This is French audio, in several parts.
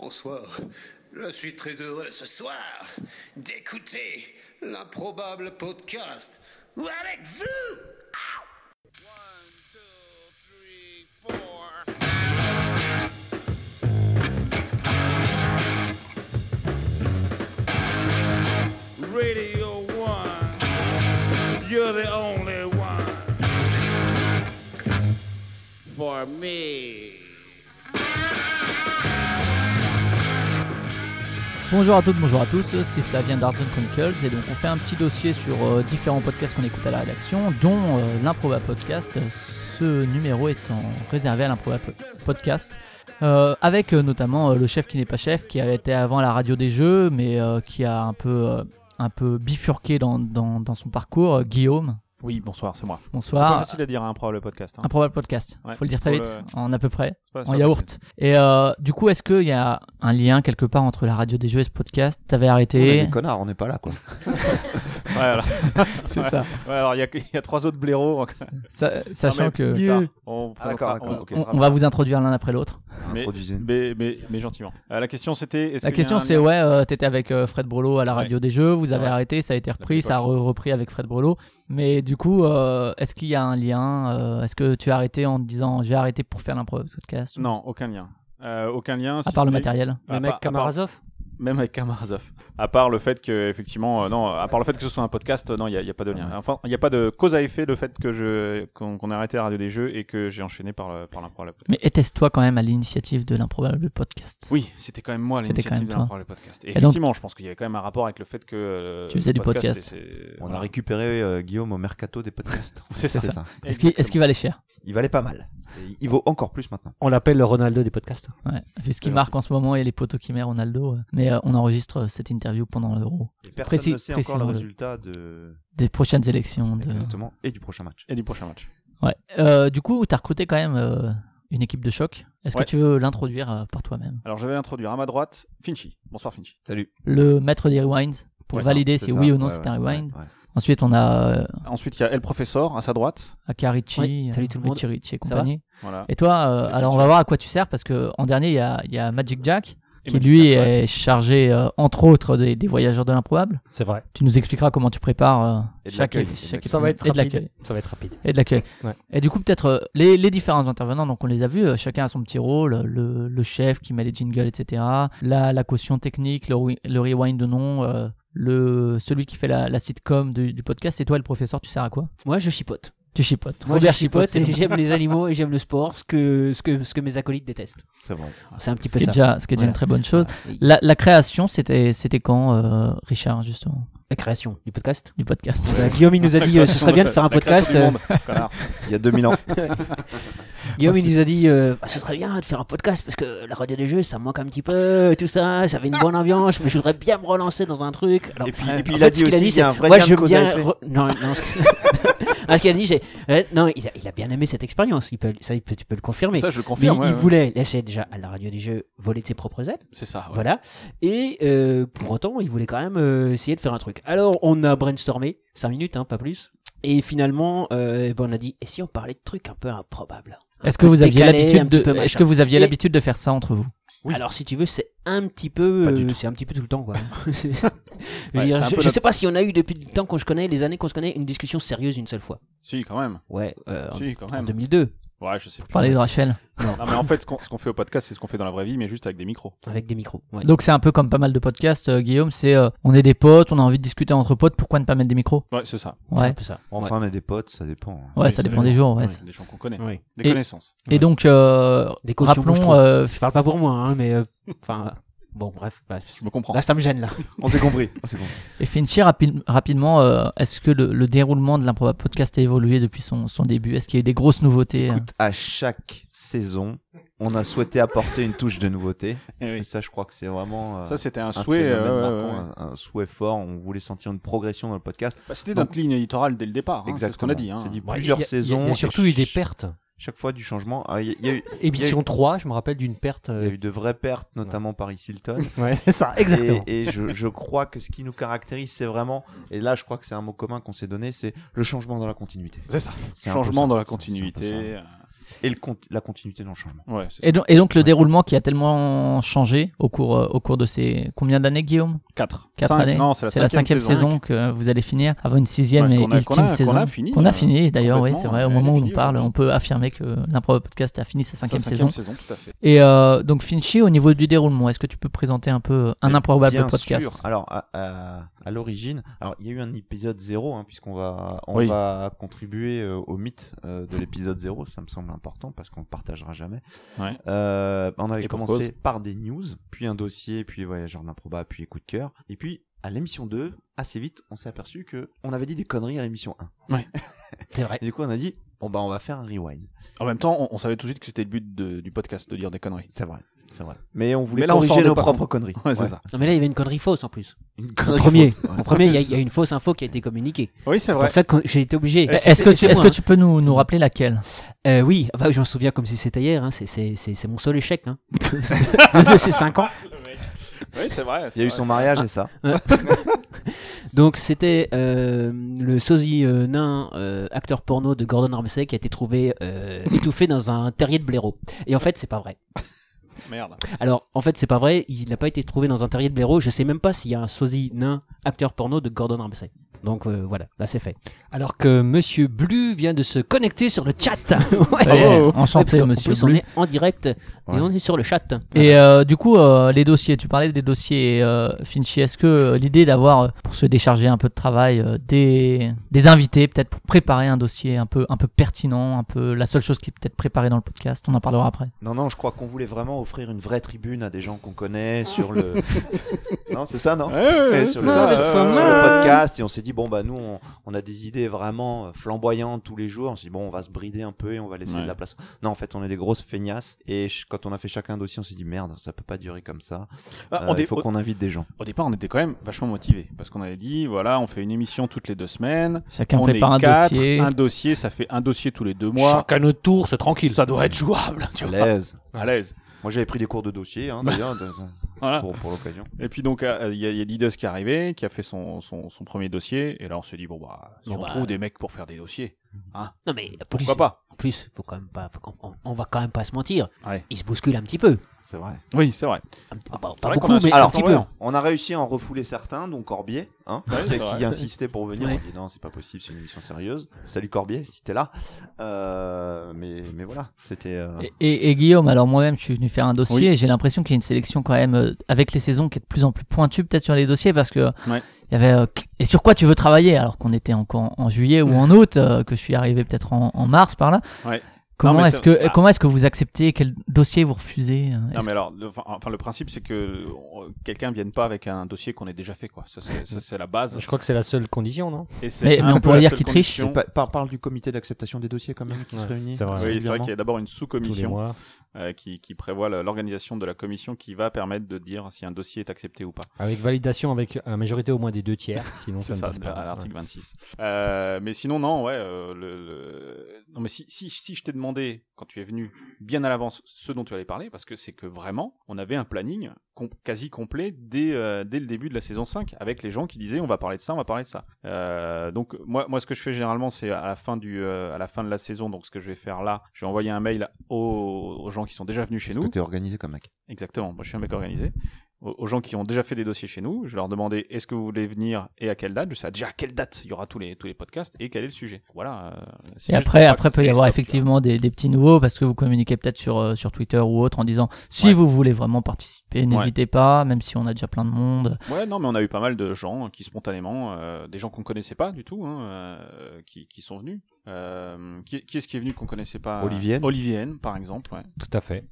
Bonsoir. Je suis très heureux ce soir d'écouter l'improbable podcast avec vous. Radio One, you're the only one for me. Bonjour à toutes, bonjour à tous, c'est Flavien d'Arts and Chronicles et donc on fait un petit dossier sur euh, différents podcasts qu'on écoute à la rédaction, dont euh, l'improbable podcast, ce numéro étant réservé à l'improbable po- podcast, euh, avec euh, notamment euh, le chef qui n'est pas chef, qui a été avant à la radio des jeux, mais euh, qui a un peu, euh, un peu bifurqué dans, dans, dans son parcours, euh, Guillaume, Oui, bonsoir, c'est moi. C'est pas bonsoir, facile à dire, un pro, le podcast. hein. improbable podcast, Ouais, faut le dire très faut vite, le- en à peu près C'est pas- c'est en pas yaourt. facile. Et euh, du coup, est-ce qu'il y a un lien quelque part entre la radio des jeux et ce podcast T'avais On est arrêté, des connards, on n'est pas là quoi. Ouais, alors- c'est ça. ouais, alors il y, a- il y a trois autres blaireaux. Sa- sachant Non, mais que plus tard, on Ah, d'accord, présentera- d'accord, on- ok. on, on va vous introduire l'un après l'autre. Mais, Introduisez. mais, mais- mais gentiment. Euh, la question c'était. est-ce La qu'il y a question un c'est lien ouais, euh, t'étais avec euh, Fred Brelo à la radio des jeux, vous avez Ouais. arrêté, ça a été repris, époque. ça a re- repris avec Fred Brelo. Mais du coup, euh, est-ce qu'il y a un lien euh, Est-ce que tu as arrêté en te disant j'ai arrêté pour faire l'impro podcast Non, aucun lien. Euh, aucun lien. À si part ce le n'est- matériel. à part- à part- Même avec Kamarasov. À part le fait que, effectivement, euh, non, à part le fait que ce soit un podcast, euh, non, il n'y a, il y a pas de lien. Enfin, il n'y a pas de cause à effet le fait que je qu'on qu'on ait arrêté la radio des jeux et que j'ai enchaîné par le- par l'impro. à la podcast. Mais étais-toi quand même à l'initiative de l'improbable podcast. Oui, c'était quand même moi C'était quand l'initiative même de toi. l'impro à la podcast. Et, donc- effectivement, je pense qu'il y avait quand même un rapport avec le fait que euh, Tu faisais le du podcast. et c'est- On voilà. a récupéré euh, Guillaume au mercato des podcasts. C'est ça. C'est ça. Est-ce qu'il est-ce qu'il va les faire Il valait pas mal. Et il vaut encore plus maintenant. On l'appelle le Ronaldo des podcasts. ouais. Vu ce C'est qu'il marque en ce moment et les poteaux qui met Ronaldo. euh. Mais euh, on enregistre euh, cette interview pendant l'Euro. Et personne Précis- ne sait encore le précisons-le. résultat de Des prochaines élections. De... exactement et du prochain match. Et du prochain match. Ouais. Euh, du coup, t'as recruté quand même euh, une équipe de choc. Est-ce Ouais. que tu veux l'introduire euh, par toi-même Alors je vais introduire à ma droite Finchi. Bonsoir Finchi. Salut. Le maître des rewinds pour C'est ça, valider c'est si ça. oui ou non Ouais, c'est ouais, un rewind. ouais, ouais. Ensuite, on a euh, Ensuite il y a El Professor à sa droite. Akarichi, euh, Ouais, salut tout le monde. Richie Rich et Ça compagnie. Voilà. Et toi, euh, Salut, alors on Jack. va voir à quoi tu sers parce que en dernier, il y a, il y a Magic Jack Et qui Magic lui Jack, ouais. est chargé euh, entre autres des, des voyageurs de l'improbable. C'est vrai. Tu nous expliqueras comment tu prépares euh, Et de chaque, l'accueil, et de chaque Ça va être et de rapide. l'accueil. Ça va être rapide. Et de l'accueil. Ouais. Et du coup, peut-être euh, les, les différents intervenants, donc on les a vus, euh, chacun a son petit rôle, le, le chef qui met les jingles, etc. La, la caution technique, le, re- le rewind de nom, euh, le, celui qui fait la, la sitcom du, du podcast, et toi, le professeur, tu sers à quoi Moi, je chipote. Tu chipotes. Moi, Robert je chipote, c'est et j'aime les animaux et j'aime le sport, ce que, ce que, ce que mes acolytes détestent. C'est bon. C'est un petit ce peu qui est ça. déjà, ce qui est déjà Voilà. une très bonne chose. Voilà. La, la création, c'était c'était quand, euh, Richard, justement, La création du podcast. du podcast Bah, Guillaume, il nous a dit, euh, ce serait bien de faire un La création podcast. du euh, monde, connard. Il y a 2000 ans. Guillaume, il nous a dit, euh, Ah, ce serait bien de faire un podcast parce que la radio des jeux, ça me manque un petit peu, tout ça, ça fait une bonne ambiance, mais je voudrais bien me relancer dans un truc. Alors, Et puis- euh, et puis en il a fait, dit ce qu'il a aussi, dit, il y a c'est, un vrai moi, lien de j'aime cause bien. à effet. re- Non, non, ce qu'il- Non, ce qu'il a dit, c'est, euh, non, il a, il a bien aimé cette expérience. Il peut, ça, il peut- tu peux le Eh, confirmer. Ça je le Mais confirme. ouais, il ouais. voulait laisser déjà à la radio des jeux voler de ses propres ailes. C'est ça. Ah ouais. Voilà. Et euh, pour autant, il voulait quand même euh, essayer de faire un truc. Alors, on a brainstormé, 5 minutes, hein, pas plus. Et finalement, euh, ben, on a dit, et si on parlait de trucs un peu improbables Est-ce que vous aviez Décalé, un l'habitude petit de, peu, est-ce machin. que vous aviez Et- l'habitude de faire ça entre vous Alors, si tu veux, c'est un petit peu, Pas du euh, tout. c'est un petit peu tout le temps, quoi. C'est- je, veux Ouais, dire, c'est un je- peu je notre- sais pas si on a eu depuis le temps qu'on se connaît, les années qu'on se connaît, une discussion sérieuse une seule fois. Si quand même. Ouais, euh, en- Si quand en même. 2002, Ouais, je sais plus. Parler de Rachel. Non mais en fait ce qu'on ce qu'on fait au podcast c'est ce qu'on fait dans la vraie vie mais juste avec des micros. avec des micros. ouais. Donc c'est un peu comme pas mal de podcasts, euh, Guillaume, c'est euh, on est des potes, on a envie de discuter entre potes, pourquoi ne pas mettre des micros Ouais, c'est ça. C'est Ouais, un peu ça. Enfin, on est des potes, ça dépend. hein. ouais Oui, ça dépend oui. des jours. ouais. Ouais, Des gens qu'on connaît. Ouais. Des Et- connaissances. Et donc, euh, Des cautions, je rappelons, trouve. euh, Je parle pas pour moi, hein, mais euh, enfin, bon, bref. bah, Je me comprends. là, ça me gêne, là. On s'est compris. On s'est compris. et Finchi, rapi- rapidement, euh, est-ce que le, le déroulement de l'improbable podcast a évolué depuis son, son début Est-ce qu'il y a eu des grosses nouveautés euh Écoute, à chaque saison, on a souhaité apporter une touche de nouveauté. Eh Et oui. ça, je crois que c'est vraiment. euh, Ça c'était un un souhait. phénomène euh, ouais, marquant, hein. ouais. un- un souhait fort. On voulait sentir une progression dans le podcast. Bah, C'était Donc- notre ligne éditoriale dès le départ. hein, C'est ce qu'on Exactement. a dit. hein. C'est dit Ouais, plusieurs il y a- il y a- saisons. Il y a surtout et eu des ch- pertes. Chaque fois du changement. Ah, Il y, a- il y a eu- Émission 3, je me rappelle d'une perte. il y euh, a eu de vraies pertes, notamment par Paris Hilton. Ouais, c'est ça, Et, exactement. et je, je crois que ce qui nous caractérise, c'est vraiment, et là je crois que c'est un mot commun qu'on s'est donné, c'est le changement dans la continuité. C'est ça. C'est un peu Changement ça. dans la C'est- c'est un peu ça. continuité. euh, et le con- la continuité dans le changement. Ouais, c'est Et donc, et donc le déroulement qui a tellement changé au cours, euh, au cours de ces combien d'années, Guillaume 4. Quatre années. Non, C'est la cinquième saison, que vous allez finir avant une sixième Ouais, et qu'on a- ultime qu'on a- qu'on saison. a fini, Qu'on a euh, fini, d'ailleurs, oui, c'est complètement, vrai. Au elle est moment où finie, on parle, ouais. on peut affirmer que l'improbable podcast a fini sa Sa cinquième, saison. saison, tout à fait. Et euh, donc Finchy, au niveau du déroulement, est-ce que tu peux présenter un peu euh, un Mais improbable Bien podcast sûr. Alors à, à, à l'origine, alors il y a eu un épisode zéro hein, puisqu'on va on Oui. va contribuer euh, au mythe euh, de l'épisode zéro. Ça me semble important parce qu'on le partagera jamais. Ouais. Euh, on avait Et pour commencé par des news, puis un dossier, puis voyageur d'improba, puis coup de cœur, et puis à l'émission 2, assez vite, on s'est aperçu que on avait dit des conneries à l'émission 1. Ouais. C'est vrai. Et du coup, on a dit bon bah on va faire un rewind. En même temps, on, on savait tout de suite que c'était le but de- du podcast, de dire des conneries. C'est vrai, c'est vrai. Mais on voulait Mais là, on corriger s'en nos est pas propres compte. conneries. Ouais, c'est ça. Non, mais là, il y avait une connerie fausse en plus. Une En connerie premier, fausse. Ouais. en premier, il y, a- il y a une fausse info qui a été communiquée. Oui, c'est C'est vrai. pour ça que j'ai été obligé. Eh, Est-ce que, tu- Euh, C'est est-ce moi, que tu peux nous, nous rappeler laquelle Euh, oui, ah bah, je m'en souviens comme si c'était hier. Hein. C'est- C'est c'est- c'est mon seul échec hein. de ces 5 ans. Oui, c'est vrai. Il y a eu son mariage et ça. Donc c'était euh, le sosie euh, nain euh, acteur porno de Gordon Ramsay qui a été trouvé euh, étouffé dans un terrier de blaireau. Et en fait, c'est pas vrai. Merde. Alors, en fait, c'est pas vrai. Il n'a pas été trouvé dans un terrier de blaireau. Je sais même pas s'il y a un sosie nain acteur porno de Gordon Ramsay. Donc euh, voilà, là c'est fait. Alors que Monsieur Blu vient de se connecter sur le chat. Ouais, Bravo. Parce Eh, Enchanté, qu'en monsieur. plus, on Blue. est en direct et Ouais. on est sur le chat. Et euh, du coup, euh, les dossiers, tu parlais des dossiers, euh, Finchy, est-ce que euh, l'idée d'avoir, euh, pour se décharger un peu de travail, euh, des, des invités, peut-être pour préparer un dossier un peu, un peu pertinent, un peu la seule chose qui est peut-être préparée dans le podcast, on en parlera après. Non, non, je crois qu'on voulait vraiment offrir une vraie tribune à des gens qu'on connaît sur le. non, c'est ça, non Et sur, le, sur le podcast et on s'est dit bon bah nous on, on a des idées vraiment flamboyantes tous les jours on s'est dit bon on va se brider un peu et on va laisser Ouais. de la place non en fait on est des grosses feignasses et ch- quand on a fait chacun un dossier on s'est dit merde ça peut pas durer comme ça Ah, Euh, on, il dé- faut qu'on invite des gens au départ, on était quand même vachement motivés parce qu'on avait dit voilà, on fait une émission toutes les deux semaines. Chacun on prépare est un quatre, dossier. Un dossier, ça fait un dossier tous les deux mois. Chacun notre tour, c'est tranquille. Ça doit être jouable, tu à vois. l'aise À l'aise. moi j'avais pris des cours de dossier hein, d'ailleurs de- de- Voilà. pour, pour l'occasion Et puis donc, euh, il y a, il y a Didos qui est arrivé, qui a fait son, son, son premier dossier. Et là, on s'est dit bon bah, si Bon, on bah. trouve des mecs pour faire des dossiers, Non mais pourquoi pas En plus, faut quand même pas, faut qu'on- on, on va quand même pas se mentir. Ouais. Il se bouscule un petit peu. c'est vrai Oui, c'est vrai. Un petit- bah, pas- qu'on pas a beaucoup, su- mais Alors, Ah, un petit peu. ouais. on a réussi à en refouler certains, dont Corbier, hein, Ouais, qui, c'est qui vrai. insistait pour venir. Ouais. On dit non, c'est pas possible, c'est une émission sérieuse. Salut Corbier, si t'es là. Euh, mais, mais voilà, c'était. euh, Hein. Et, et- et Guillaume, alors moi-même, je suis venu faire un dossier et j'ai l'impression qu'il y a une sélection quand même euh, avec les saisons qui est de plus en plus pointue peut-être sur les dossiers parce que Ouais. il y avait euh, qu- et sur quoi tu veux travailler alors qu'on était encore en, en juillet ou en août, euh, que je suis arrivé peut-être en, en mars par là. Ouais. Non, Comment mais est-ce que c'est- ah. comment est-ce que vous acceptez quel dossier vous refusez euh, Non est-ce mais alors, le, enfin, enfin, le principe c'est que euh, quelqu'un vienne pas avec un dossier qu'on ait déjà fait quoi. Ça c'est, ça, c'est la base. Je crois que c'est la seule condition, non Et c'est Mais- un mais on peu pourrait la dire seule qu'il triche. condition. pa- par- parle du comité d'acceptation des dossiers quand même qui se Ouais, réunit. c'est vrai. Oui, c'est vrai régulièrement. qu'il y a d'abord une Tous les sous-commission mois. euh, qui, qui prévoit le- l'organisation de la commission qui va permettre de dire si un dossier est accepté ou pas. Avec validation avec la majorité au moins des deux tiers, sinon C'est ça, ça, ne passe pas. à l'article 26. Euh, mais sinon, non, ouais. euh, le, le- Non, mais si, si, si je t'ai demandé, quand tu es venu, bien à l'avance, ce dont tu allais parler, parce que c'est que vraiment, on avait un planning com- quasi complet dès, euh, dès le début de la saison 5, avec les gens qui disaient on va parler de ça, on va parler de ça. Euh, donc, moi, moi, ce que je fais généralement, c'est à la fin du, euh, à la fin de la saison, donc ce que je vais faire là, je vais envoyer un mail aux, aux gens qui sont déjà venus chez Parce nous. que t'es organisé comme mec. Exactement, moi je suis un mec organisé. Aux aux gens qui ont déjà fait des dossiers chez nous, je leur demandais est-ce que vous voulez venir et à quelle date Je sais déjà à quelle date il y aura tous les, tous les podcasts et quel est le sujet. Voilà. euh, c'est Et juste après, pour après pas que peut y avoir ça stop, tu vois. effectivement des, des petits nouveaux parce que vous communiquez peut-être sur, euh, sur Twitter ou autre en disant si Ouais. vous voulez vraiment participer, n'hésitez pas, même si on a déjà plein de monde. Ouais, non, mais on a eu pas mal de gens qui spontanément, euh, des gens qu'on connaissait pas du tout, hein, euh, qui, qui sont venus. Euh, qui, qui est-ce qui est venu qu'on connaissait pas Olivienne. Olivienne, par exemple. Ouais. Tout à fait.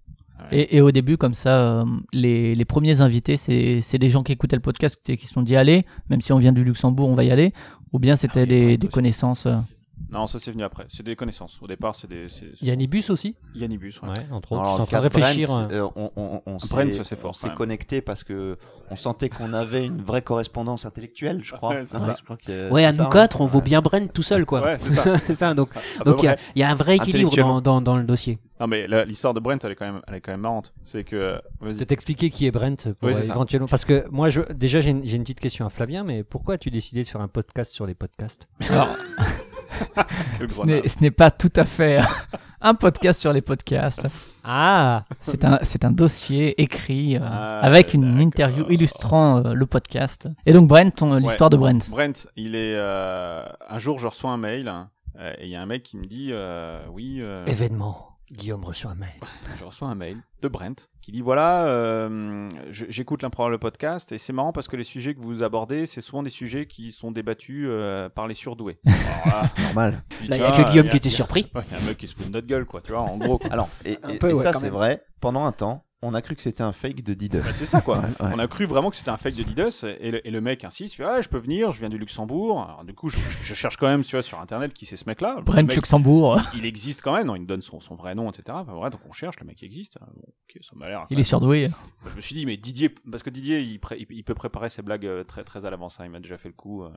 Et, et au début, comme ça, euh, les, les premiers invités, c'est c'est des gens qui écoutaient le podcast et qui se sont dit allez, même si on vient du Luxembourg, on va y aller. Ou bien c'était Ah oui, des, pardon, des c'est- connaissances. euh. Non, ça c'est venu après. C'est des connaissances. Au départ, c'est des. c'est- Yannibus aussi Yannibus, ouais. Ouais, entre Non, alors, autres. Je suis en train de le cas réfléchir. Brent, hein. euh, on on, on, on Brent, s'est- ça, c'est fort, on quand s'est même. connecté parce que on sentait qu'on avait une vraie correspondance intellectuelle, je crois. Ouais, c'est Hein, ça. je crois que, euh, Ouais, c'est à ça, nous hein. quatre, on vaut bien Bren tout seul, quoi. Ouais, c'est ça. c'est ça. Donc, Ah, ah, bah, donc il y a- bref. il y, a un vrai équilibre dans, Intellectuellement. dans, dans le dossier. Non, mais la- l'histoire de Brent, elle est quand même, elle est quand même marrante. C'est que. Vas-y. De t'expliquer qui est Brent pour euh, Oui, euh, c'est ça. éventuellement. Parce que moi, je... déjà, j'ai une, j'ai une petite question à Flavien, mais pourquoi as-tu décidé de faire un podcast sur les podcasts Alors, Quel ce grenade. n'est- ce n'est pas tout à fait euh, un podcast sur les podcasts. Ah C'est un, c'est un dossier écrit euh, Ah, avec une interview illustrant euh, le podcast. Et donc Brent, ton- l'histoire de Brent. Brent, il est. euh, un jour, je reçois un mail hein, euh, et il y a un mec qui me dit euh, Oui, euh, Événement. Guillaume reçoit un mail. je reçois un mail de Brent qui dit Voilà, euh, je- j'écoute l'improbable podcast et c'est marrant parce que les sujets que vous abordez, c'est souvent des sujets qui sont débattus euh, par les surdoués. Alors là, normal. putain, Là, il y a que Guillaume Ah, y a- qui était surpris. Ouais, y a un mec qui se fout de notre gueule, quoi, tu vois, en gros. quoi. Alors, et, Un et- peu, et ouais, ça, quand c'est même. vrai. Pendant un temps, on a cru que c'était un fake de Didus. Bah, c'est ça, quoi. Ouais, ouais. On a cru vraiment que c'était un fake de Didus et le, et le mec insiste, il fait, ah, je peux venir, je viens du Luxembourg. Alors, du coup, je, je cherche quand même tu vois, sur Internet qui c'est ce mec-là. Le Brent mec, Luxembourg, euh, il existe quand même, non, il me donne son, son vrai nom, etc. Enfin, voilà, donc on cherche, le mec existe. Bon, ok, ça m'a l'air. il est surdoué. Je me suis dit, mais Didier, parce que Didier, il, pré- il- il peut préparer ses blagues euh, très, très à l'avance. hein, il m'a déjà fait le coup. euh,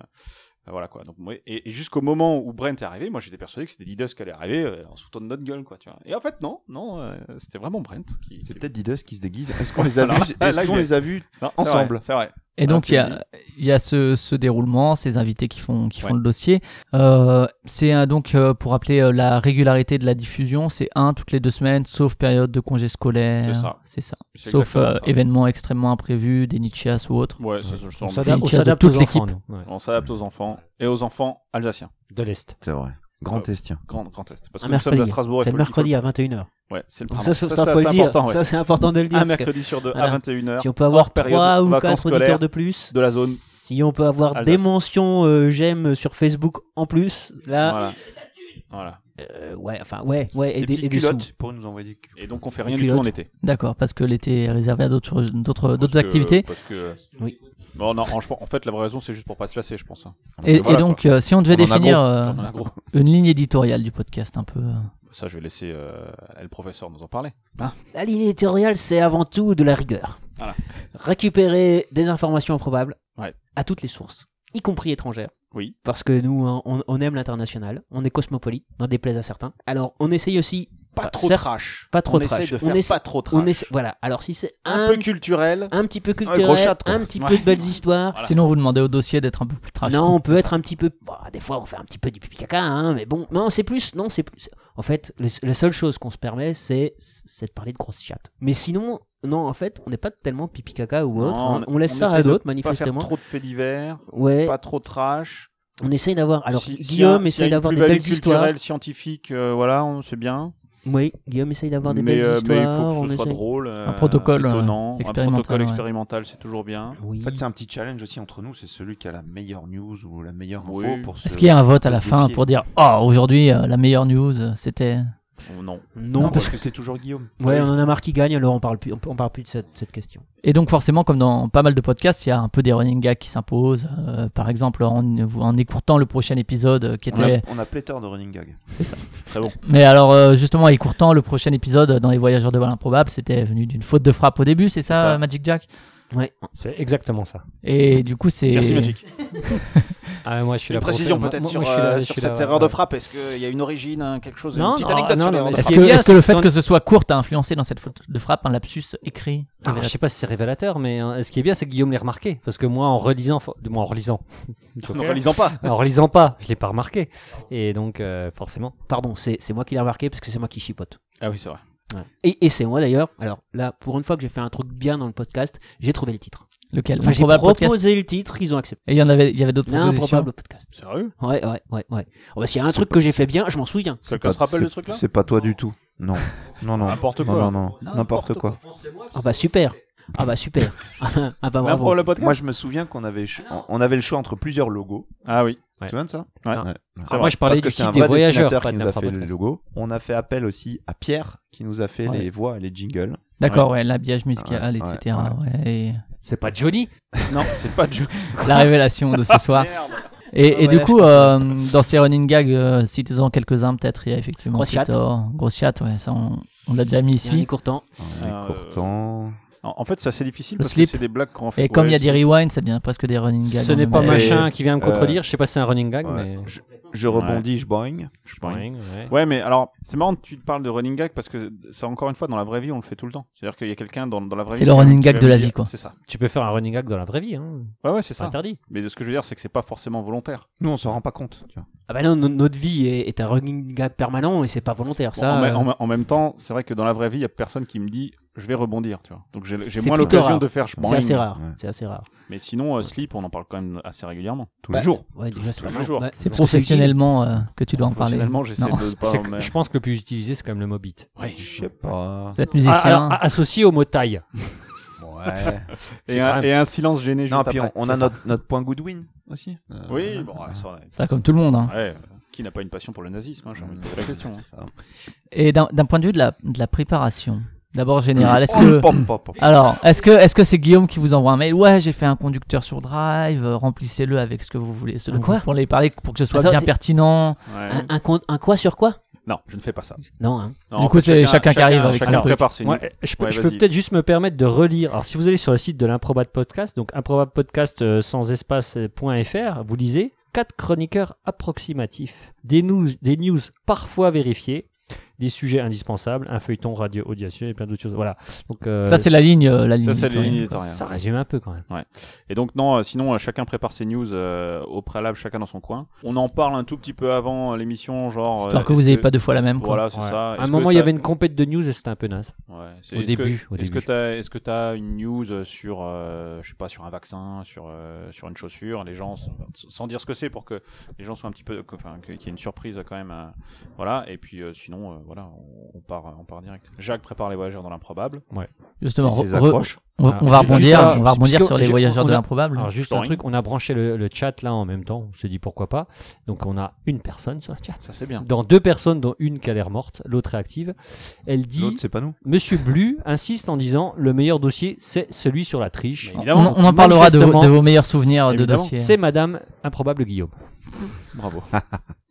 voilà quoi. Donc, moi, et, et jusqu'au moment où Brent est arrivé, moi j'étais persuadé que c'était Didus qui allait arriver euh, en sautant de notre gueule, quoi. Tu vois. Et en fait, non, non, euh, c'était vraiment Brent qui. C'est qui- peut-être Didus qui se déguise. Est-ce qu'on les a Alors, vus là, Est-ce là, qu'on il y a- les a vus Non, c'est ensemble. vrai, C'est vrai. Et donc il y Alors, tu a, il y a ce, ce déroulement, ces invités qui font, qui Ouais. font le dossier. Euh, c'est un- donc euh, pour rappeler euh, la régularité de la diffusion, c'est un toutes les deux semaines, sauf période de congé scolaire. C'est ça. C'est Sauf exactement euh, ça. événements extrêmement imprévus, des nichias ou autres. Ouais, c'est- je On sens- s'adapte Une on chaise de s'adapte toute aux enfants, l'équipe. nous. Ouais. On s'adapte aux enfants et aux enfants alsaciens. De l'Est. C'est vrai. Grand Estien. Grand, grand Est. Parce Un que nous sommes à mercredi. Strasbourg. il C'est faut le il faut mercredi à 21h. Ouais, c'est le Donc pardon. ça, Ça, ça, ça, faut le c'est dire. important, ouais. Ça, c'est important de le dire. Un parce que Ah, mercredi sur deux Voilà. à 21h. Si on peut avoir hors période 3 ou vacances 4 scolaires auditeurs de plus. de la zone. Si on peut avoir Alsace. des mentions euh, j'aime sur Facebook en plus, là. Voilà. Voilà. euh, ouais, enfin, ouais, ouais. Des Et des, petites et des sous. culottes pour nous envoyer des culottes. Et donc on fait rien du Culotte. tout en été. D'accord, parce que l'été est réservé à d'autres, d'autres, Parce d'autres que- activités. Parce que. Oui. Bon, non, en, je pense- en fait, la vraie raison, c'est juste pour pas se lasser, je pense. hein. Et, et voilà, donc, euh, si on devait On en a définir gros. euh, On en a gros. une ligne éditoriale du podcast, un peu. euh, Ça, je vais laisser euh, le professeur nous en parler. La ligne éditoriale, c'est avant tout de la rigueur. Voilà. Récupérer des informations improbables Ouais. à toutes les sources, y compris étrangères. Oui. Parce que nous, hein, on, on aime l'international, on est cosmopolite, on en déplaise à certains. Alors, on essaye aussi. Pas enfin, trop certes, trash. Pas trop on trash. Essaye de On faire essaie- pas trop trash. On essaie- voilà. Alors, si c'est Un un, peu culturel. un petit peu gros culturel, chat, quoi. un petit Ouais. peu de belles histoires. Voilà. Sinon, vous demandez au dossier d'être un peu plus trash. Non, on peut être un petit peu. bah, des fois, on fait un petit peu du pipi caca, hein, mais bon. Non, c'est plus. Non, c'est plus. En fait, le- la seule chose qu'on se permet, c'est c'est de parler de grosses chattes. Mais sinon, non, en fait, on n'est pas tellement pipi caca ou autre. hein. Non, on, laisse ça essaie à de d'autres, Pas manifestement. faire trop de faits divers. Ouais. Pas trop trash. On essaye d'avoir. Alors, Si- s'il y a- Guillaume s'il y a essaye une d'avoir des plus-value belles histoires. culturelle, scientifique, euh, voilà, on sait bien. Oui, Guillaume essaye d'avoir des mais, belles euh, histoires. mais il faut on que ce soit essaye- drôle, euh, Un protocole, euh, étonnant, un expérimental, protocole ouais. expérimental, c'est toujours bien. Oui. En fait, c'est un petit challenge aussi entre nous. C'est celui qui a la meilleure news ou la meilleure info Oui. pour se- Est-ce qu'il y a un vote à faut la se fin défier. pour dire Oh, aujourd'hui, euh, la meilleure news, euh, c'était. Oh, non. Non, parce que c'est toujours Guillaume. que. Ouais, on en a marre qui gagne, alors on parle plus, on, on parle plus de cette, cette question. Et donc, forcément, comme dans pas mal de podcasts, il y a un peu des running gags qui s'imposent. Euh, par exemple, en, en écourtant le prochain épisode euh, qui On a, était. on a pléthore de running gag. Très bon. Mais alors, euh, justement, écourtant le prochain épisode dans Les Voyageurs de vol improbable, c'était venu d'une faute de frappe au début, c'est ça, C'est ça. Magic Jack Ouais. C'est exactement ça. Et du coup, c'est. Merci Magic. Ah, mais moi, je suis Une là pour précision ça. Moi- peut-être moi, sur, moi, je suis là- euh, je sur suis cette là- erreur de frappe. Est-ce qu'il y a une origine, hein, quelque chose, une Non, petite non, anecdote non, sur non, l'erreur de mais frappe Est-ce Ce qui que, est bien, est-ce c'est que le que fait dans- que ce soit court a influencé dans cette faute de frappe un lapsus écrit Alors, Ah, je sais pas si c'est révélateur, mais euh, ce qui est bien, c'est que Guillaume l'a remarqué. Parce que moi, en relisant, fo- moi, en relisant, Ne relisons pas. en relisant pas, je l'ai pas remarqué. Et donc, euh, forcément. Pardon, c'est c'est moi qui l'ai remarqué parce que c'est moi qui chipote. Ah oui, c'est vrai. Et, et c'est moi d'ailleurs. Alors là, pour une fois que j'ai fait un truc bien dans le podcast, j'ai trouvé le titre. Lequel Enfin, j'ai Improbable proposé podcast le titre, ils ont accepté. Et il y en avait, il y avait d'autres propositions. L'improbable podcast. Sérieux Ouais, ouais, ouais, ouais. Oh, bah, S'il y a un C'est truc pas- que j'ai fait bien, je m'en souviens. Quelqu'un se rappelle de ce truc-là C'est pas toi du tout. Non. Non, non. N'importe Non, quoi. Non, non, N'importe quoi. Ah bah super. Ah bah super. ah bah Là, bravo. pour le podcast Moi, je me souviens qu'on avait, cho- Ah on avait le choix entre plusieurs logos. Ah oui. Ouais. Tu te souviens de ça Ouais. Ah, moi, je parlais Parce du que c'est site un des vrai voyageurs, dessinateur pas qui de nous la a frappe fait le podcast. logo. On a fait appel aussi à Pierre qui nous a fait Ouais. les voix, les jingles. D'accord, ouais, l'habillage musical, Ouais, etc. ouais, ouais, et C'est pas Johnny Non, c'est pas Joe. la révélation de ce soir. Et, et Ouais, du je coup, euh, dans ces running gags, euh, citez-en quelques-uns peut-être. Il y a effectivement Grosse chatte. Titor, Grosse chatte, ouais, ça on, on l'a déjà mis Il y a un ici. écourtant. Ah, euh, Pourtant, En en fait, c'est assez difficile Le parce slip. que c'est des blagues qu'on fait. Et comme il y a Ouais, des rewinds, ça devient presque des running gags. Ce en n'est même pas temps. fait- machin qui vient me euh, contredire. Je sais pas si c'est un running gag, ouais. mais. Je- Je rebondis, je boing. Je pense. Boing, ouais. Ouais, mais alors, c'est marrant que tu parles de running gag parce que ça, encore une fois, dans la vraie vie, on le fait tout le temps. C'est-à-dire qu'il y a quelqu'un dans, dans la vraie vie. C'est le running qui gag va de la me dire- vie, quoi. C'est ça. Tu peux faire un running gag dans la vraie vie, hein. Ouais, ouais, c'est C'est ça. interdit. Mais ce que je veux dire, c'est que c'est pas forcément volontaire. Nous, on s'en rend pas compte. Tu vois. Ah bah non, no- notre vie est, est un running gag permanent et c'est pas volontaire, Bon, en, ça. me- euh, en me- en même temps, c'est vrai que dans la vraie vie, il y a personne qui me dit je vais rebondir, tu vois. Donc j'ai j'ai C'est moins plutôt l'occasion rare. de faire. je c'est boing. assez rare. Ouais. C'est assez rare. Mais sinon, euh, slip, on en parle quand même assez régulièrement. Tous Bah, les jours. Ouais, déjà, tous les vraiment- jours. ouais, C'est parce que professionnellement euh, que tu dois en parler. Finalement, j'essaie Non. de pas. C'est que- mais- je pense que le plus utilisé, c'est quand même le mobit. Ouais. Je sais pas. Vous êtes musicien. Ah, alors, a- associé au mot taille. Ouais. Et, C'est un, quand même- et un silence gêné juste non, puis on, après, on c'est a ça. notre, notre point Goodwin aussi. Euh, Oui, bon, ouais, ça, on a- c'est vrai, comme tout le monde. hein. Ouais, euh, qui n'a pas une passion pour le nazisme hein, J'ai envie de poser la question. hein. Mmh. ça. Et d'un d'un point de vue de la, de la préparation, d'abord général, est-ce Oh, que pop, pop, pop. alors est-ce que est-ce que c'est Guillaume qui vous envoie un mail Ouais, j'ai fait un conducteur sur Drive, euh, remplissez-le avec ce que vous voulez, ce Un dont quoi vous voulez parler pour que ce soit Attends, bien t'es- pertinent. Ouais. Un, un con- un quoi sur quoi Non, je ne fais pas ça. Non, hein. Non, Du en coup, fait, c'est chacun qui arrive avec chacun son truc. prépare ses Moi, nuits. je peux, Ouais, je peux vas-y. peut-être juste me permettre de relire. Alors, si vous allez sur le site de l'improbable podcast, donc improbablepodcast euh, sans espace euh, point .fr, vous lisez quatre chroniqueurs approximatifs, des news, des news parfois vérifiées, des sujets indispensables, un feuilleton radio audacieux et plein d'autres choses. Voilà. Donc euh, ça c'est la ligne, euh, la ligne. Ça, c'est la éditoriale. ligne éditoriale. Ça résume un peu quand même. Et donc non, euh, sinon euh, chacun prépare ses news euh, au préalable, chacun dans son coin. On en parle un tout petit peu avant euh, l'émission, genre. Histoire euh, que est-ce vous n'ayez pas deux fois la même. Quoi. Voilà, c'est Ouais. ça. À un Est-ce moment, que il y t'as- avait une compète de news et c'était un peu naze. Ouais, c'est- Au est-ce que- début, au Est-ce que début. t'as, est-ce que t'as une news euh, sur, euh, je sais pas, sur un vaccin, sur euh, sur une chaussure, les gens, s- sans dire ce que c'est, pour que les gens soient un petit peu, que- enfin, que- qu'il y ait une surprise euh, quand même, euh, voilà. Et puis euh, sinon, euh, voilà, on, on part, on part direct. Jacques prépare les voyageurs dans l'improbable. Justement, Et ses re- re- accroches. on, va- on va Ah, juste rebondir, ça, on va rebondir puisque- sur les j'ai- Ah, voyageurs on de a- l'improbable. Alors juste un Storing. truc, on a branché le, le chat là en même temps. On s'est dit pourquoi pas. Donc on a une personne sur le chat. Ça c'est bien. Dans deux personnes, dont une qui a l'air morte, l'autre est active. Elle dit L'autre, c'est pas nous. Monsieur Blu insiste en disant le meilleur dossier, c'est celui sur la triche. Mais On, évidemment, on en parlera de, vos- de vos Manifestement, meilleurs souvenirs de évidemment, dossier. C'est Madame Improbable Guillaume. bravo.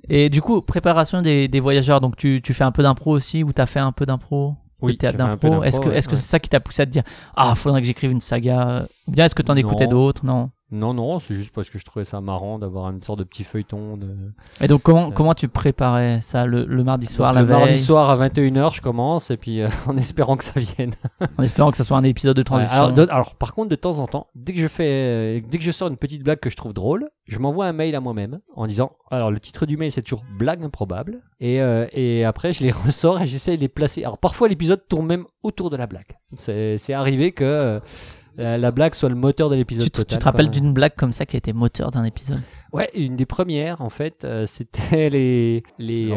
Et du coup, préparation des, des voyageurs, donc tu, tu fais un peu d'impro aussi, ou t'as fait un peu d'impro Oui, de théâtre j'ai fait un d'impro. peu d'impro, Est-ce que ouais, est-ce que ouais. c'est ça qui t'a poussé à te dire Ah, faudrait que j'écrive une saga Ou bien est-ce que t'en écoutais Non. d'autres Non. Non, non, c'est juste parce que je trouvais ça marrant d'avoir une sorte de petit feuilleton. De... Et donc, comment, Euh. comment tu préparais ça le, le mardi soir, Donc, la le veille, mardi soir à 21h, je commence, et puis euh, en espérant que ça vienne. en espérant que ça soit un épisode de Ouais, transition alors, de- alors, par contre, de temps en temps, dès que je fais, euh, dès que je sors une petite blague que je trouve drôle, je m'envoie un mail à moi-même en disant, alors le titre du mail c'est toujours blague improbable, et, euh, et après je les ressors et j'essaie de les placer. Alors parfois l'épisode tourne même autour de la blague. C'est c'est arrivé que euh, la, la blague soit le moteur de l'épisode Tu, te- tu total. te rappelles quoi. d'une blague comme ça qui a été moteur d'un épisode Ouais, une des premières en fait, euh, c'était les les euh,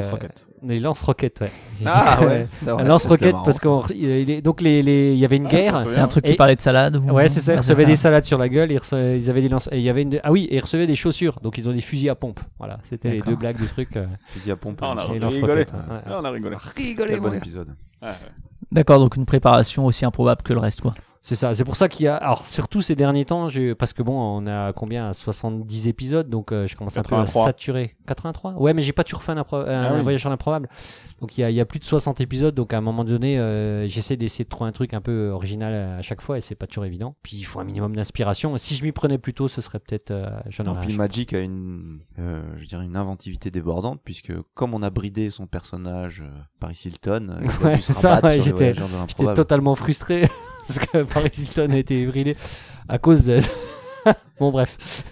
les lance-roquettes. ouais. Ah ouais. c'est vrai, Un lance-roquette c'était parce qu'on il- il est- donc les les il y avait une guerre. C'est un truc qui Et- parlait de salade ou- Mmh. Ouais, c'est ça. Ils Ah, recevaient des salades sur la gueule. Ils, rece- ils avaient des lance- et il y avait une... Ah oui, et ils recevaient des chaussures. Donc ils ont des fusils à pompe. Voilà, c'était les D'accord. deux blagues du truc. euh, marrant. Fusil à pompe. Ah, on a Quel et rigolé. lance-roquettes, hein. Ouais. ouais. Ah, on a rigolé. Quel bon épisode. D'accord, donc une préparation aussi improbable que le reste, quoi. C'est ça. C'est pour ça qu'il y a. Alors surtout ces derniers temps, j'ai- parce que bon, on a combien 70 épisodes, donc euh, je commence un peu 83. à saturer. 83. Ouais, mais j'ai pas toujours fait un, impro- un- Ah un oui. voyage en improbable. Donc il y a, il y a plus de 60 épisodes, donc à un moment donné, euh, j'essaie d'essayer de trouver un truc un peu original à chaque fois, et c'est pas toujours évident. Puis il faut un minimum d'inspiration. Si je m'y prenais plus tôt, ce serait peut-être. euh, j'en Non, aurais un puis Magic a une, euh, je dirais une inventivité débordante puisque comme on a bridé son personnage euh, Paris Hilton, euh, il a Ouais, dû se c'est ça, rabattre ouais, sur les j'étais- voyageurs de J'étais l'improbable. totalement frustré parce que Paris Hilton a été bridé à cause de. bon, bref.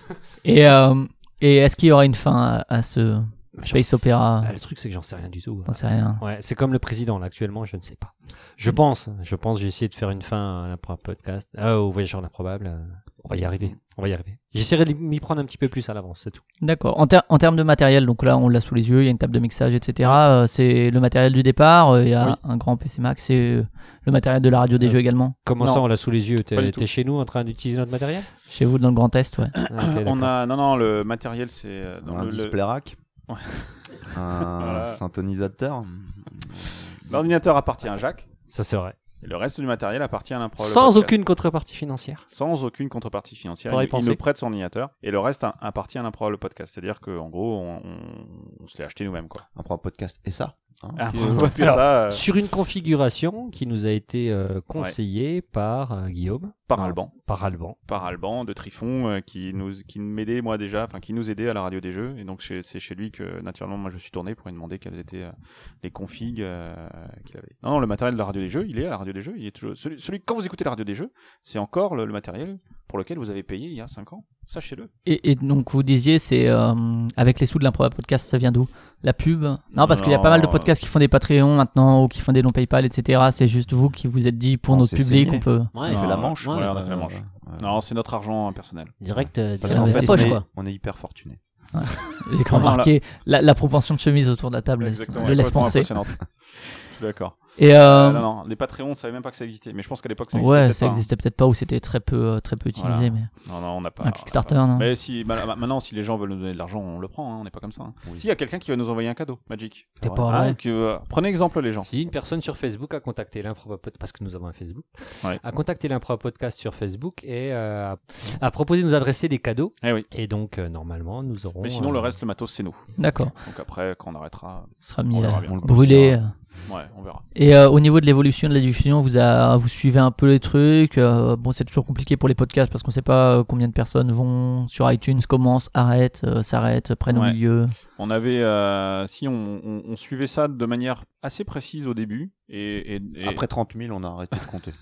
Et, euh, et est-ce qu'il y aura une fin à, à ce Space Opera Ah, le truc, c'est que j'en sais rien du tout. hein. J'en sais rien. Ouais, c'est comme le président, là, actuellement, je ne sais pas. Je pense, je pense, j'ai essayé de faire une fin à la pro- podcast, euh, au voyageur improbable. euh, On va y arriver, on va y arriver. J'essaierai de m'y prendre un petit peu plus à l'avance, c'est tout. D'accord. En, ter- en termes de matériel, donc là, on l'a sous les yeux, il y a une table de mixage, etc. Euh, c'est le matériel du départ, euh, il y a Oui. un grand PC Mac, c'est euh, le matériel de la radio des Euh, jeux également. Comment Non. ça, on l'a sous les yeux Pas du T'es tout. t'es chez nous en train d'utiliser notre matériel Chez vous, dans le Grand Est, ouais. Ah, ok, d'accord. On a non non le matériel c'est euh, dans un le- le- display rack, Ouais. un Voilà. syntonisateur. l'ordinateur appartient à Jacques Ça, c'est vrai. et le reste du matériel appartient à l'improbable. Sans Podcast. aucune contrepartie financière. sans aucune contrepartie financière. Faudrait y Il, il penser. nous prête son ordinateur et le reste un- appartient à l'improbable podcast. C'est-à-dire qu'en gros, on, on- on se l'est acheté nous-mêmes. quoi. Un propre podcast et ça. hein, Ah, qui- parce que Alors, ça, euh, Sur une configuration qui nous a été euh, conseillée par euh, Guillaume. par Alban, Par Alban. par Alban de Trifon euh, qui nous qui m'aidait moi déjà, enfin qui nous aidait à la radio des jeux et donc chez- c'est chez lui que naturellement moi je suis tourné pour lui demander quelles étaient euh, les configs euh, qu'il avait. Non, non, le matériel de la radio des jeux, il est à la radio des jeux, il est toujours celui, celui quand vous écoutez la radio des jeux, c'est encore le, le matériel pour lequel vous avez payé il y a 5 ans. Sachez-le. Et, et donc vous disiez, c'est euh, avec les sous de l'improbable podcast, ça vient d'où La pub Non, parce qu'il y a pas mal de Non. euh, podcasts qui font des Patreons maintenant ou qui font des dons PayPal, etc. C'est juste vous qui vous êtes dit pour On notre s'est public, saigné. on peut. Ouais, on Non, fait la manche. ouais, on a fait la euh, manche. ouais. Non, c'est notre argent euh, personnel. Direct, euh, Parce direct qu'en dans fait, la on poche, est, quoi. on est hyper fortuné. J'ai quand même Voilà. remarqué la, la propension de chemise autour de la table Exactement, le elle est laisse complètement penser. impressionnante. Je suis d'accord. Et euh, Euh, non, non, les Patreons, on ne savait même pas que ça existait. Mais je pense qu'à l'époque, ça existait. ouais, peut-être ça pas, hein. existait peut-être pas ou c'était très peu, euh, très peu utilisé, Voilà. mais Non, non, on n'a pas. un Kickstarter, Hein. non Mais si, ma- ma- maintenant, si les gens veulent nous donner de l'argent, on le prend, hein, on n'est pas comme ça. hein. Oui. S'il y a quelqu'un qui va nous envoyer un cadeau, Magic. T'es Ouais. pas Ah, vrai. donc, euh, prenez exemple les gens. Si une personne sur Facebook a contacté l'improbable podcast, parce que nous avons un Facebook, Ouais. a contacté l'improbable podcast sur Facebook et euh, a- a proposé de nous adresser des cadeaux. Eh oui. Et donc, euh, normalement, nous aurons. Mais sinon, euh, le reste, le matos, c'est nous. D'accord, Donc après, quand on arrêtera, ce sera mis On verra à bien. On le brûler. euh. ouais, on verra. Et euh, au niveau de l'évolution de la diffusion, vous, a- vous suivez un peu les trucs. euh, bon, c'est toujours compliqué pour les podcasts parce qu'on sait pas euh, combien de personnes vont sur iTunes, commencent, arrêtent, euh, s'arrêtent, prennent au Ouais. milieu. On avait, euh, si on, on- on suivait ça de manière assez précise au début, et, et, et- Après 30 000, on a arrêté de compter.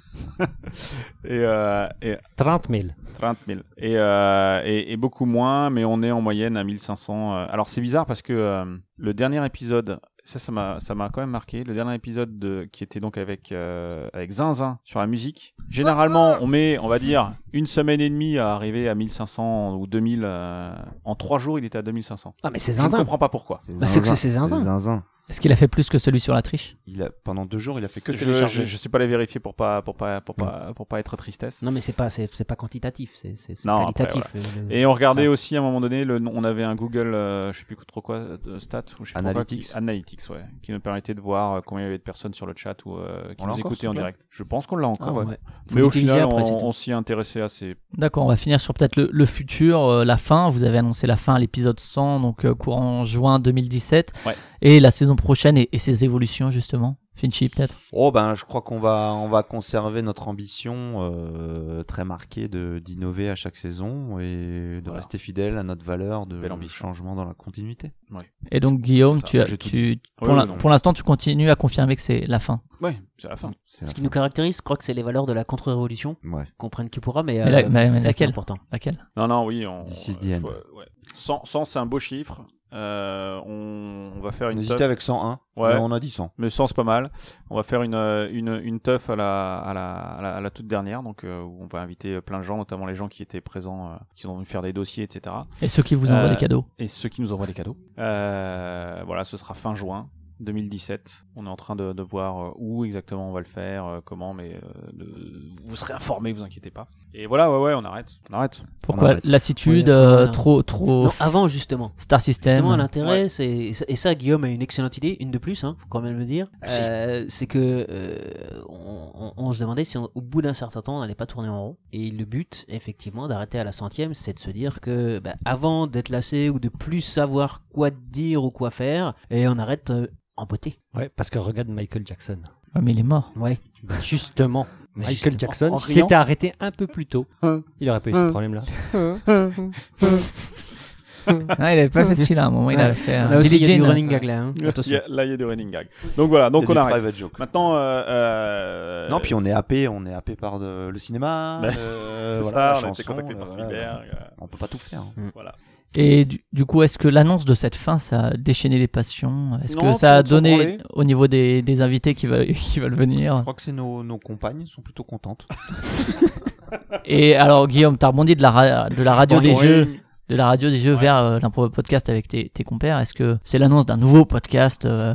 et, euh, et 30 000. 30 000. Et, euh, et, et beaucoup moins, mais on est en moyenne à 1500. euh. Alors c'est bizarre parce que euh, le dernier épisode, ça ça m'a ça m'a quand même marqué, le dernier épisode de, qui était donc avec, euh, avec Zinzin sur la musique. Généralement, on met, on va dire, une semaine et demie à arriver à 1500 ou 2000. euh, en trois jours, il était à 2500. Ah, mais c'est Je ne zinzin. comprends pas pourquoi. Bah, c'est que c'est C'est zinzin. zinzin. Est-ce qu'il a fait plus que celui sur la triche Il a, pendant deux jours, il a fait que Je, télécharger. je, je sais pas les vérifier pour pas pour pas pour pas pour pas être tristesse. Non, mais c'est pas, c'est, c'est pas quantitatif, c'est, c'est, c'est Non, après, qualitatif. euh, le- Et on regardait ça. aussi à un moment donné, le, nom- on avait un Google, euh, je sais plus trop quoi, de stats ou je sais plus quoi, Analytics. qui- Analytics, ouais, qui nous permettait de voir euh, combien il y avait de personnes sur le chat ou euh, qui On l'a nous encore, écoutaient ce en truc-là direct. Je pense qu'on l'a encore. Ah, ouais. ouais. Faut Mais au l'utiliser final, après, c'est on, tout. on s'y intéressait assez. D'accord, on va finir sur peut-être le, le futur, euh, la fin. Vous avez annoncé la fin à l'épisode 100, donc euh, courant juin 2017. Ouais. Et la saison prochaine et, et ses évolutions, justement. Finchy, peut-être Oh ben, je crois qu'on va on va conserver notre ambition euh, très marquée de d'innover à chaque saison et de Voilà. rester fidèle à notre valeur de Belle ambition. changement dans la continuité. Et donc, Guillaume, C'est ça, tu as, j'ai tout tu, pour Ouais, l'in- ouais, non. pour l'instant, tu continues à confirmer que c'est la fin. Ouais, c'est la fin. C'est Ce qui nous caractérise, je crois que c'est les valeurs de la contre-révolution, la- Ouais. qu'on prenne qui pourra, mais, Mais la- euh, mais- c'est mais ça qui est laquelle important. Laquelle Non, non, oui. On, This is the euh, je end. vois, ouais. 100, 100 c'est un beau chiffre. Euh, on, on va faire On une. hésitait teuf. avec 101. Ouais. mais on a dit 100. Mais 100 c'est pas mal. On va faire une euh, une une teuf à la à la à la, à la toute dernière, donc euh, où on va inviter plein de gens, notamment les gens qui étaient présents, euh, qui ont venu faire des dossiers, etc. Et ceux qui vous envoient Euh, des cadeaux et ceux qui nous envoient des cadeaux. Euh, voilà, ce sera fin juin 2017. On est en train de, de voir euh, où exactement on va le faire, euh, comment, mais euh, de- vous serez informés, vous inquiétez pas. Et voilà, ouais, ouais, on arrête, on arrête. Pourquoi arrête. Lassitude, Oui, euh, voilà. trop, trop. Non, avant, justement. Star System. Justement, l'intérêt, c'est et ça, Guillaume a une excellente idée, une de plus, hein, faut quand même le dire. Euh, c'est que euh, on, on- on se demandait si on- au bout d'un certain temps, on n'allait pas tourner en rond. Et le but, effectivement, d'arrêter à la centième, c'est de se dire que bah, avant d'être lassé ou de plus savoir quoi dire ou quoi faire, et on arrête euh, en beauté. Ouais, parce que regarde Michael Jackson. Ouais, Ah, mais il est mort. Ouais. Justement, Michael justement, Jackson en s'il riant. s'était arrêté un peu plus tôt. Hein. Il aurait pas eu ce problème-là. Ah, il avait pas fait celui-là. À un moment, il Ouais. avait fait. Là un aussi, Billie il y a du Jean. running gag là. hein. Attention. Il y a- là, il y a du running gag. Donc voilà, donc Il y a on du arrête. private joke. Maintenant, euh, euh, Non, puis on est happé, on est happé par de- le cinéma, Ben, euh, c'est voilà, ça, la on a été chanson, contacté par euh, Spielberg. euh, On peut pas tout faire. hein. Voilà. Et du, du coup, est-ce que l'annonce de cette fin, ça a déchaîné les passions Est-ce Non, que ça a tout le monde s'en donné branlait. au niveau des, des invités qui veulent, qui veulent Je venir crois que c'est nos, nos compagnes sont plutôt contentes. Et alors, Guillaume, t'as rebondi de la, ra- de la radio des Oui. jeux, de la radio des jeux vers euh, l'improbable podcast avec tes, tes compères. Est-ce que c'est l'annonce d'un nouveau podcast, euh, euh,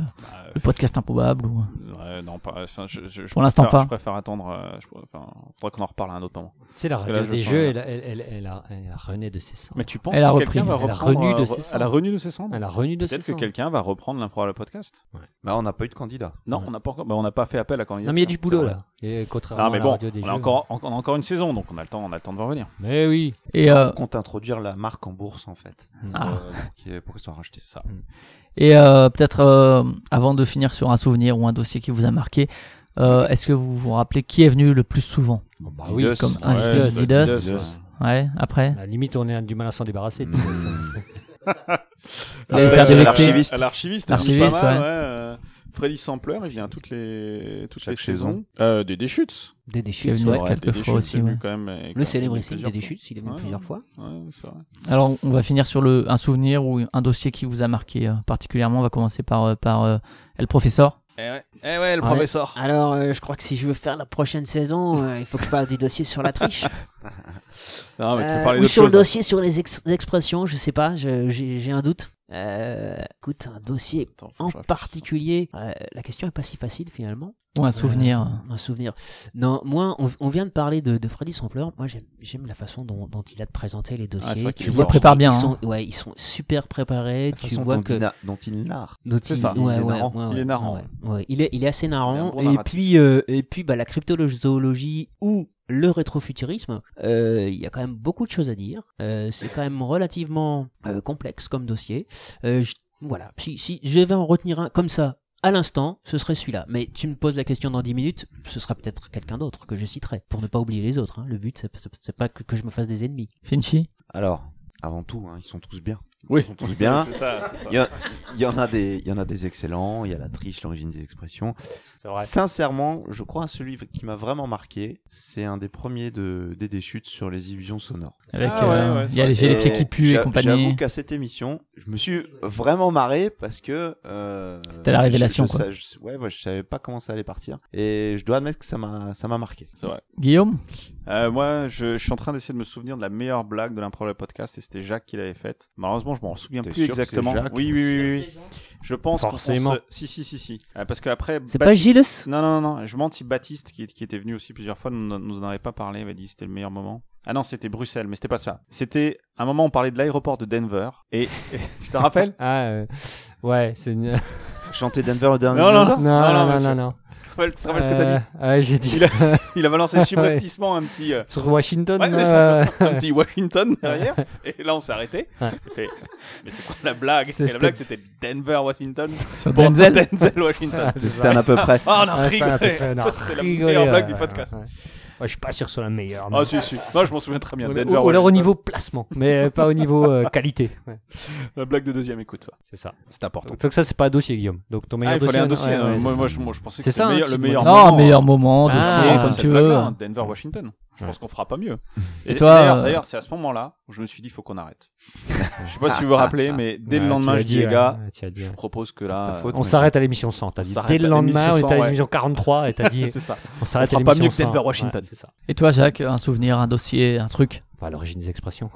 le podcast improbable ou... Ouais, non, pas, enfin, je, je- je Pour l'instant, préfère- pas. Je préfère attendre. euh, je, enfin, faudrait qu'on en reparle à un autre moment. C'est la là, radio je des sens jeux, là. elle, elle, elle, elle a, elle a rené de ses cendres. Mais tu penses Elle a que repris, quelqu'un va elle a reprendre renu de euh, ses Elle a cendres. renu de ses cendres. Elle a renu de ses Peut-être que cendres. quelqu'un va reprendre l'improbable podcast. Bah, on n'a pas eu de candidat. Non, Ouais. on n'a pas encore, bah, on n'a pas fait appel à quand Non, mais il y a du boulot là. Et contrairement Non, mais à la bon, radio des on jeux. a encore, en- on a encore une saison, donc on a le temps, on a le temps de voir venir. Mais oui. Et, euh, On compte introduire la marque en bourse en fait, Ah. euh, pour qu'il- pour qu'ils soient rachetés. C'est ça. Et euh, peut-être euh, avant de finir sur un souvenir ou un dossier qui vous a marqué, euh, est-ce que vous vous rappelez qui est venu le plus souvent Bah Didus. oui, comme Ah, Ouais, Didus, c'est Didus. Didus, ouais. Ouais, après. à la limite, on est du mal à s'en débarrasser. Hmm. Mm. puis ça- Il Ah, allait faire de des vexés. l'archiviste. L'archiviste, L'archiviste, pas mal, ouais. ouais, euh, Freddy Sampler, il vient toutes les, toutes Chaque les saison. saisons. Euh, des déchutes. Des Qui est déchutes. venu c'est vrai. Ouais, quelques des fois déchutes, aussi, c'est venu ouais. quand même, et quand Le même célébrissime plusieurs des déchutes, il est venu Ouais, plusieurs ouais. fois. fois. Ouais, c'est vrai. Alors, on va finir sur le, un souvenir ou un dossier qui vous a marqué euh, particulièrement. On va commencer par, euh, par euh, El Professeur. Eh ouais, eh ouais le Ouais. professeur. Alors, euh, je crois que si je veux faire la prochaine saison, euh, il faut que je parle du dossier sur la triche. Non, Ah, mais tu peux Euh, parler ou d'autre sur le chose, hein. dossier sur les ex- expressions, je sais pas, je- j'ai j'ai un doute. Euh, écoute, un dossier Attends, faut en que je réfléchisse. particulier, euh, la question est pas si facile finalement. Ou un souvenir. Euh, un souvenir. Non, moi, on, on vient de parler de, de Freddy Sampleur. Moi, j'aime- j'aime la façon dont, dont il a de présenter les dossiers. Ah, c'est vrai qu'il Tu est vois fort. qu'ils- prépare bien, hein. Ils sont, ouais, ils sont super préparés. La tu façon vois dont que il na- dont il narre. dont C'est il- ça, il ouais, est ouais, narrant. ouais, Il ouais, est narrant, ouais, ouais. Il, est, il est assez narrant. bon et, narratif. puis, euh, et puis, bah, la cryptozoologie ou le rétrofuturisme, euh, il y a quand même beaucoup de choses à dire. Euh, c'est quand même relativement euh, complexe comme dossier. Euh, je- voilà, si, si je vais en retenir un comme ça à l'instant, ce serait celui-là. Mais tu me poses la question dans 10 minutes, ce sera peut-être quelqu'un d'autre que je citerai, pour ne pas oublier les autres. hein. Le but, c'est- c'est c'est pas que, que je me fasse des ennemis. Finchi Alors, avant tout, hein, ils sont tous bien. Oui. Ils sont tous bien. C'est ça, c'est ça. Il y, a- il y en a des, il y en a des excellents. Il y a la triche, l'origine des expressions. C'est vrai. Sincèrement, je crois à celui qui m'a vraiment marqué, c'est un des premiers de des déchutes sur les illusions sonores. Avec, Ah ouais, euh, ouais, il y a les, j'ai les pieds qui puent et j'a- compagnie. J'avoue qu'à cette émission, je me suis vraiment marré parce que euh, C'était la révélation, Je, je, quoi. sa- je- ouais, ouais, je savais pas comment ça allait partir et je dois admettre que ça m'a ça m'a marqué. C'est vrai. Guillaume Euh, moi, je, je suis en train d'essayer de me souvenir de la meilleure blague de l'improbable podcast et c'était Jacques qui l'avait faite. Malheureusement, je m'en souviens T'es plus sûr que c'est exactement. Jacques oui, oui, oui, oui, oui. Je pense qu'on Forcément. se- Si, si, si, si. Euh, parce que après, Baptiste- C'est pas Gilles Non, non, non, non, je mens si Baptiste, qui, qui était venu aussi plusieurs fois, nous, nous en avait pas parlé, il avait dit que c'était le meilleur moment. Ah non, c'était Bruxelles, mais c'était pas ça. C'était un moment où on parlait de l'aéroport de Denver. Et, et- tu t'en rappelles Ah, euh, ouais, c'est une. Non, Chanter Denver le dernier Non, non. dinosaure non, non, non, monsieur. non, non. Tu te rappelles tu te rappelles ce que t'as dit Euh, Ouais, j'ai dit. Il Il avait lancé Ouais. subrepticement un petit, euh, Sur Washington. Ouais, c'est euh, un petit Washington derrière. Et là, on s'est arrêté. Ouais. Il fait, mais c'est quoi la blague C'est- Et la c'était- blague, c'était Denver, Washington. Sur Bon, Denzel Denzel, Washington. C'était un à peu près. Ah, on a ouais, ça, rigolé. on a Ça, c'était la rigolé, meilleure blague ouais, du podcast. euh, ouais, ouais. Ouais, je suis pas sûr que ce soit la meilleure. mais- Ah, si, si. Non, je m'en souviens très bien. Ou- Denver, ou, ou alors au Washington. niveau placement, mais euh, pas au niveau euh, qualité. Ouais, La blague de deuxième écoute, ça. c'est ça. C'est important. Donc, donc ça, c'est pas un dossier, Guillaume. Donc ton meilleur Ah, il fallait un dossier. dossier. ouais, euh, ouais, moi, c'est moi, ça. je, moi, je pensais que C'est c'était ça, le meilleur- un le petit meilleur moment. Non, moment. meilleur moment, Ah, dossier, ouais, comme ça, tu veux. Denver, Washington. Je Ouais. pense qu'on fera pas mieux. Et Et, toi, d'ailleurs, euh, d'ailleurs, c'est à ce moment-là où je me suis dit, faut qu'on arrête. je sais pas si vous vous rappelez, mais dès Ouais, le tu lendemain, l'as je dit, dis, les ouais, gars, ouais, tu l'as dit, je ouais. propose que C'est là. ta faute. On s'arrête à l'émission 100, t'as On dit. s'arrête Dès le à lendemain, on était l'émission à l'émission 43 et t'as dit. C'est ça. On s'arrête fera à pas l'émission mieux que 100. Denver, Washington. Ouais, c'est ça. Et toi, Jacques, un souvenir, un dossier, un truc Enfin, l'origine des expressions.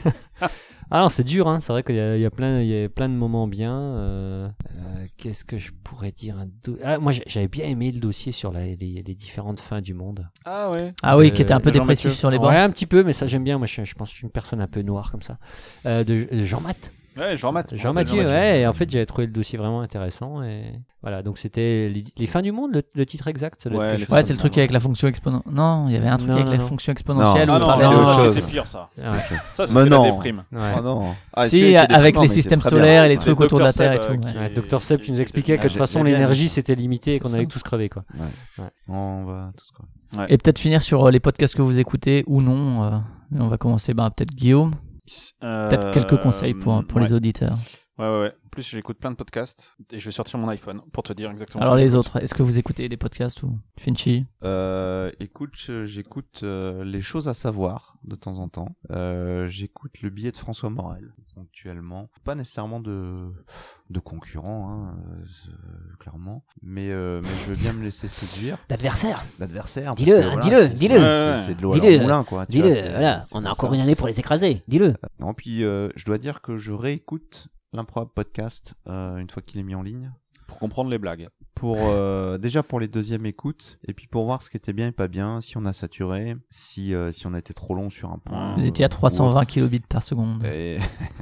ah non, c'est dur, hein. c'est vrai qu'il y, a- il y, a plein- il y a plein de moments bien. euh, euh, Qu'est-ce que je pourrais dire un do- ah, Moi, j'ai- j'avais bien aimé le dossier sur la- les, les différentes fins du monde. Ah ouais. Ah oui, qui Euh, était un peu de dépressif Jean-Mathieu. sur les bancs. Ouais, un petit peu, mais ça j'aime bien. Moi, je, je pense que je suis une personne un peu noire comme ça. Euh, de euh, Jean-Math. Ouais, Jean-Math. Jean-Mathieu, ouais. Et en fait, j'avais trouvé le dossier vraiment intéressant. Et voilà, donc c'était les, les fins du monde, le, le titre exact. ça doit être Ouais, quelque les chose Ouais, comme c'est le ça, truc non avec la fonction exponentielle. Non, il y avait un truc Non, avec non, la non. fonction exponentielle. Non, où Ah on non, parlait c'était de- autre non, ça, chose. c'est pire ça. Ah ouais. Ça, Mais c'est la non. déprime. Ouais. Oh non. Ah, Si, celui-là était avec déprimant, les mais systèmes c'était très bien. hein. solaires et les C'était trucs autour de Dr. la Terre et Seb, tout. euh, ouais. qui- Ouais, Docteur Seb, tu nous qui- expliquais que de toute j'ai- façon j'ai bien l'énergie aimé. c'était limité et qu'on C'est allait ça. tous crever quoi. On va tous crever. Et peut-être finir sur euh, les podcasts que vous écoutez ou non. euh, et On va commencer ben, peut-être Guillaume. Euh, Peut-être quelques conseils pour, pour les ouais. auditeurs. Ouais, ouais, ouais. En plus, j'écoute plein de podcasts et je vais sortir mon iPhone pour te dire exactement. Alors ce que les j'écoute. autres, est-ce que vous écoutez des podcasts ou Finchi Euh, écoute, je- j'écoute euh, les choses à savoir de temps en temps. Euh, j'écoute le billet de François Morel ponctuellement. Pas nécessairement de de concurrent, hein, euh, euh, clairement. Mais euh, mais je veux bien me laisser séduire D'adversaire. l'adversaire. parce Dis-le, que, hein, dis-le, c'est- dis-le. c'est- C'est c'est de l'eau à leur Dis-le, moulin, quoi. tu Dis-le, vois, c'est- voilà, c'est on a comme encore ça. une année pour les écraser, dis-le. Non, puis euh, je dois dire que je réécoute l'improbable podcast euh, une fois qu'il est mis en ligne Pour comprendre les blagues. pour euh, déjà pour les deuxièmes écoutes et puis pour voir ce qui était bien et pas bien, si on a saturé, si euh, si on a été trop long sur un point. Vous euh, étiez à ou autre. 320 kilobits par seconde. Et...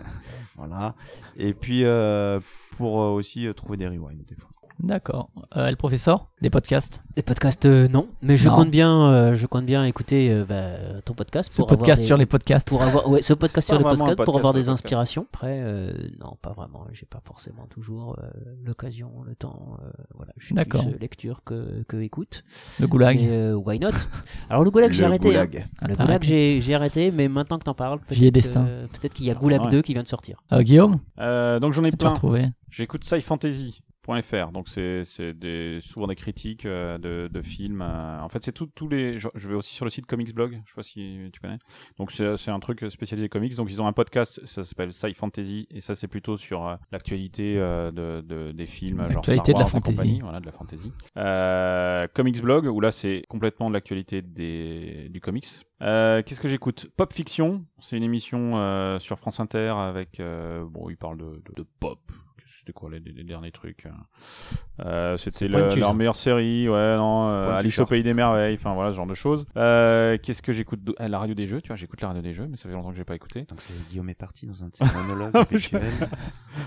voilà. Et puis euh, pour euh, aussi euh, trouver des rewinds des fois. D'accord. Euh, le professeur Des podcasts Des podcasts, euh, non. Mais je Non. compte bien, euh, je compte bien écouter euh, bah, ton podcast. Ce pour avoir podcast des- sur les podcasts. Pour avoir, ouais, ce podcast pas sur les vraiment un podcasts, pour podcast avoir sur des le podcast. inspirations. Après, euh, non, pas vraiment. J'ai pas forcément toujours euh, l'occasion, le temps. euh, voilà, je suis D'accord. plus euh, lecture que, que écoute. Le goulag. Mais, euh, why not Alors le goulag, j'ai Le arrêté. goulag. hein. Le Ah, t'as goulag, arrêté. j'ai j'ai arrêté, mais maintenant que t'en parles, J'y ai peut-être destin. que- peut-être qu'il y a Ah, Goulag ouais. 2 qui vient de sortir. Euh, Guillaume Euh, donc j'en ai Tu as plein. retrouvé J'écoute scifantasy.fr, donc c'est c'est des, souvent des critiques euh, de, de films. euh, en fait, c'est tout- tous les. Je, je vais aussi sur le site Comics Blog, je sais pas si tu connais. Donc c'est c'est un truc spécialisé comics. Donc ils ont un podcast, ça s'appelle Sci Fantasy, et ça c'est plutôt sur euh, l'actualité euh, de, de- des films, genre Star L'actualité de la Wars et fantasy. compagnie, voilà, de la fantasy. Euh, comics Blog, où là c'est complètement de l'actualité des- du comics. Euh, Qu'est-ce que j'écoute Pop Fiction, c'est une émission euh, sur France Inter avec euh, bon, ils parlent de, de- de pop. C'était quoi les, les derniers trucs hein Euh, C'était le- pointu, leur ça. meilleure série, ouais, non, euh, Pointu, Alice au Charles. pays des merveilles, enfin voilà ce genre de choses. Euh, Qu'est-ce que j'écoute d'au- Ah, La radio des jeux, tu vois, j'écoute la radio des jeux, mais ça fait longtemps que j'ai pas écouté. Donc c'est Guillaume est parti dans un de ses monologues habituels.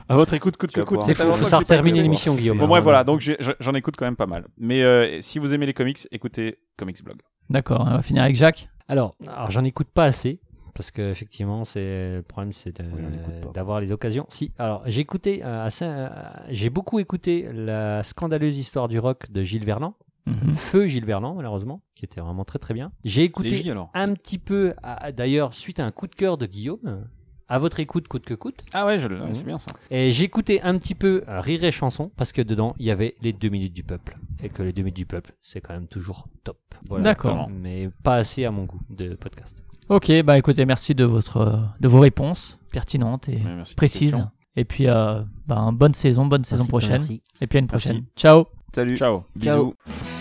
À votre écoute, coûte Tu que vas coûte. voir. ça C'est fait faut- fou, longtemps faut que ça j'ai pas termine écouté. l'émission, Guillaume. Bon bref, voilà, donc j'ai- je- j'en écoute quand même pas mal. Mais euh, si vous aimez les comics, écoutez Comics Blog. D'accord, on va finir avec Jacques. Alors, alors j'en écoute pas assez parce que effectivement, c'est le problème, c'est de- Oui, on n'écoute pas. d'avoir les occasions. Si, alors j'ai écouté, euh, assez, euh, j'ai beaucoup écouté la scandaleuse histoire du rock de Gilles Verland, Mhm. feu Gilles Verland malheureusement, qui était vraiment très très bien. J'ai Les écouté J, alors. un petit peu, à- à- d'ailleurs, suite à un coup de cœur de Guillaume, à votre écoute, coûte que coûte. Ah ouais, je le- ouais, Mhm. c'est bien ça. Et j'écoutais un petit peu euh, Rire et Chanson parce que dedans il y avait les deux minutes du peuple et que les deux minutes du peuple c'est quand même toujours top. Voilà. D'accord. Mais pas assez à mon goût de podcast. Ok, bah écoutez, merci de votre euh, de vos réponses pertinentes et Ouais, merci de tes précises. questions. Et puis, euh, ben, bonne saison, bonne saison Ah, Merci, prochaine. merci. Et puis à une prochaine. Merci. Ciao. Salut. Ciao. Bisous.